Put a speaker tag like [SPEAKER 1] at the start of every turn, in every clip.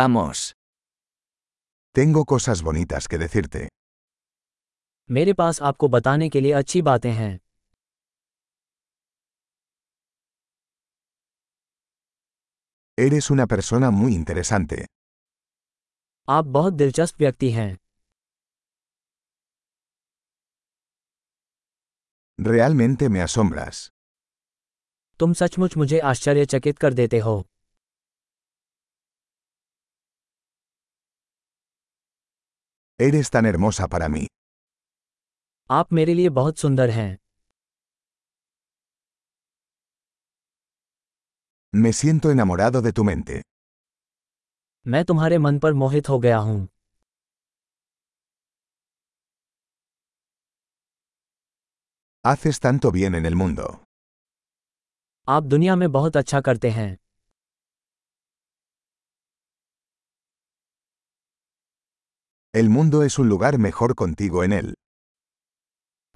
[SPEAKER 1] Vamos.
[SPEAKER 2] Tengo cosas bonitas que decirte.
[SPEAKER 3] मेरे पास आपको बताने के लिए अच्छी बातें हैं
[SPEAKER 2] Eres una persona muy interesante.
[SPEAKER 3] आप बहुत दिलचस्प व्यक्ति हैं
[SPEAKER 2] Realmente me asombras.
[SPEAKER 3] तुम सचमुच मुझे आश्चर्यचकित कर देते हो
[SPEAKER 2] Eres tan hermosa para mí.
[SPEAKER 3] आप मेरे लिए बहुत सुंदर हैं
[SPEAKER 2] Me siento enamorado de tu mente.
[SPEAKER 3] मैं तुम्हारे मन पर मोहित हो गया हूँ
[SPEAKER 2] Haces tanto bien en el mundo.
[SPEAKER 3] आप दुनिया में बहुत अच्छा करते हैं
[SPEAKER 2] El mundo es un lugar mejor contigo en él.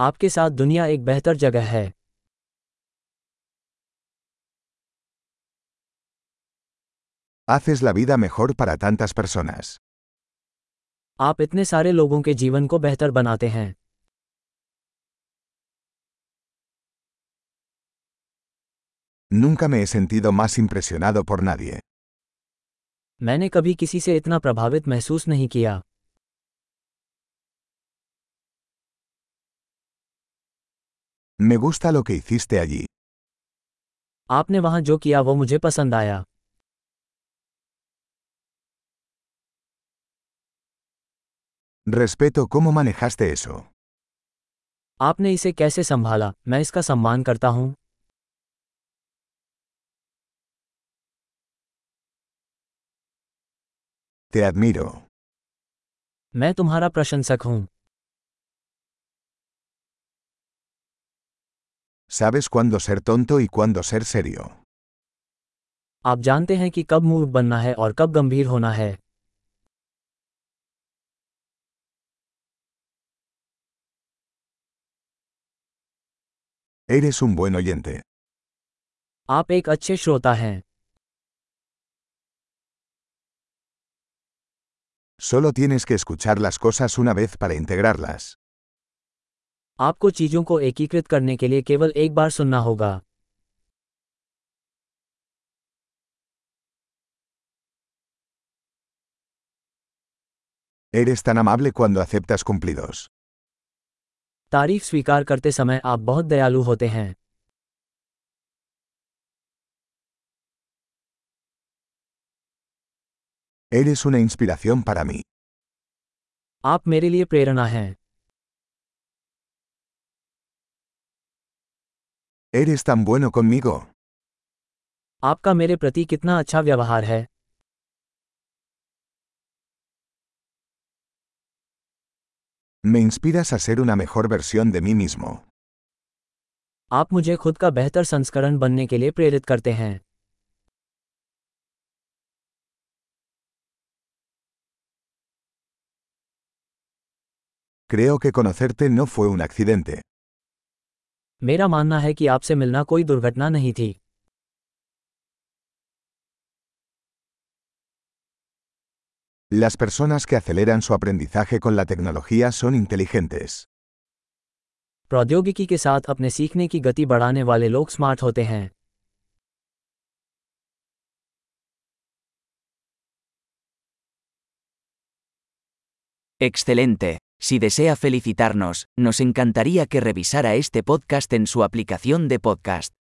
[SPEAKER 3] आपके साथ दुनिया एक बेहतर जगह है
[SPEAKER 2] Haces la vida mejor para tantas personas.
[SPEAKER 3] आप इतने सारे लोगों के जीवन को बेहतर बनाते हैं
[SPEAKER 2] Nunca me he sentido más impresionado por nadie.
[SPEAKER 3] मैंने कभी किसी से इतना प्रभावित महसूस नहीं किया
[SPEAKER 2] Me gusta lo que hiciste allí.
[SPEAKER 3] आपने वहाँ जो किया वो मुझे पसंद आया
[SPEAKER 2] Respeto cómo manejaste eso.
[SPEAKER 3] आपने इसे कैसे संभाला मैं इसका सम्मान करता हूँ
[SPEAKER 2] Te admiro.
[SPEAKER 3] मैं तुम्हारा प्रशंसक हूँ
[SPEAKER 2] Sabes cuándo ser tonto y cuándo ser serio.
[SPEAKER 3] आप जानते हैं कि कब मूर्ख बनना है और कब गंभीर होना है
[SPEAKER 2] Eres un buen oyente.
[SPEAKER 3] आप एक अच्छे श्रोता हैं
[SPEAKER 2] Solo tienes que escuchar las cosas una vez para integrarlas.
[SPEAKER 3] आपको चीजों को एकीकृत करने के लिए केवल एक बार सुनना होगा
[SPEAKER 2] Eres tan amable cuando aceptas cumplidos.
[SPEAKER 3] तारीफ स्वीकार करते समय आप बहुत दयालु होते हैं
[SPEAKER 2] Eres una inspiración para mí.
[SPEAKER 3] आप मेरे लिए प्रेरणा हैं
[SPEAKER 2] Eres tan bueno conmigo.
[SPEAKER 3] आपका मेरे प्रति कितना अच्छा व्यवहार है
[SPEAKER 2] Me inspiras a ser una mejor versión de mí mismo.
[SPEAKER 3] आप मुझे खुद का बेहतर संस्करण बनने के लिए प्रेरित करते हैं
[SPEAKER 2] Creo que conocerte no fue un accidente.
[SPEAKER 3] मेरा मानना है कि आपसे मिलना कोई दुर्घटना नहीं थी
[SPEAKER 2] Las personas que aceleran su aprendizaje con la tecnología son inteligentes.
[SPEAKER 3] प्रौद्योगिकी के साथ अपने सीखने की गति बढ़ाने वाले लोग स्मार्ट होते हैं
[SPEAKER 1] Excelente. Si desea felicitarnos, nos encantaría que revisara este podcast en su aplicación de podcast.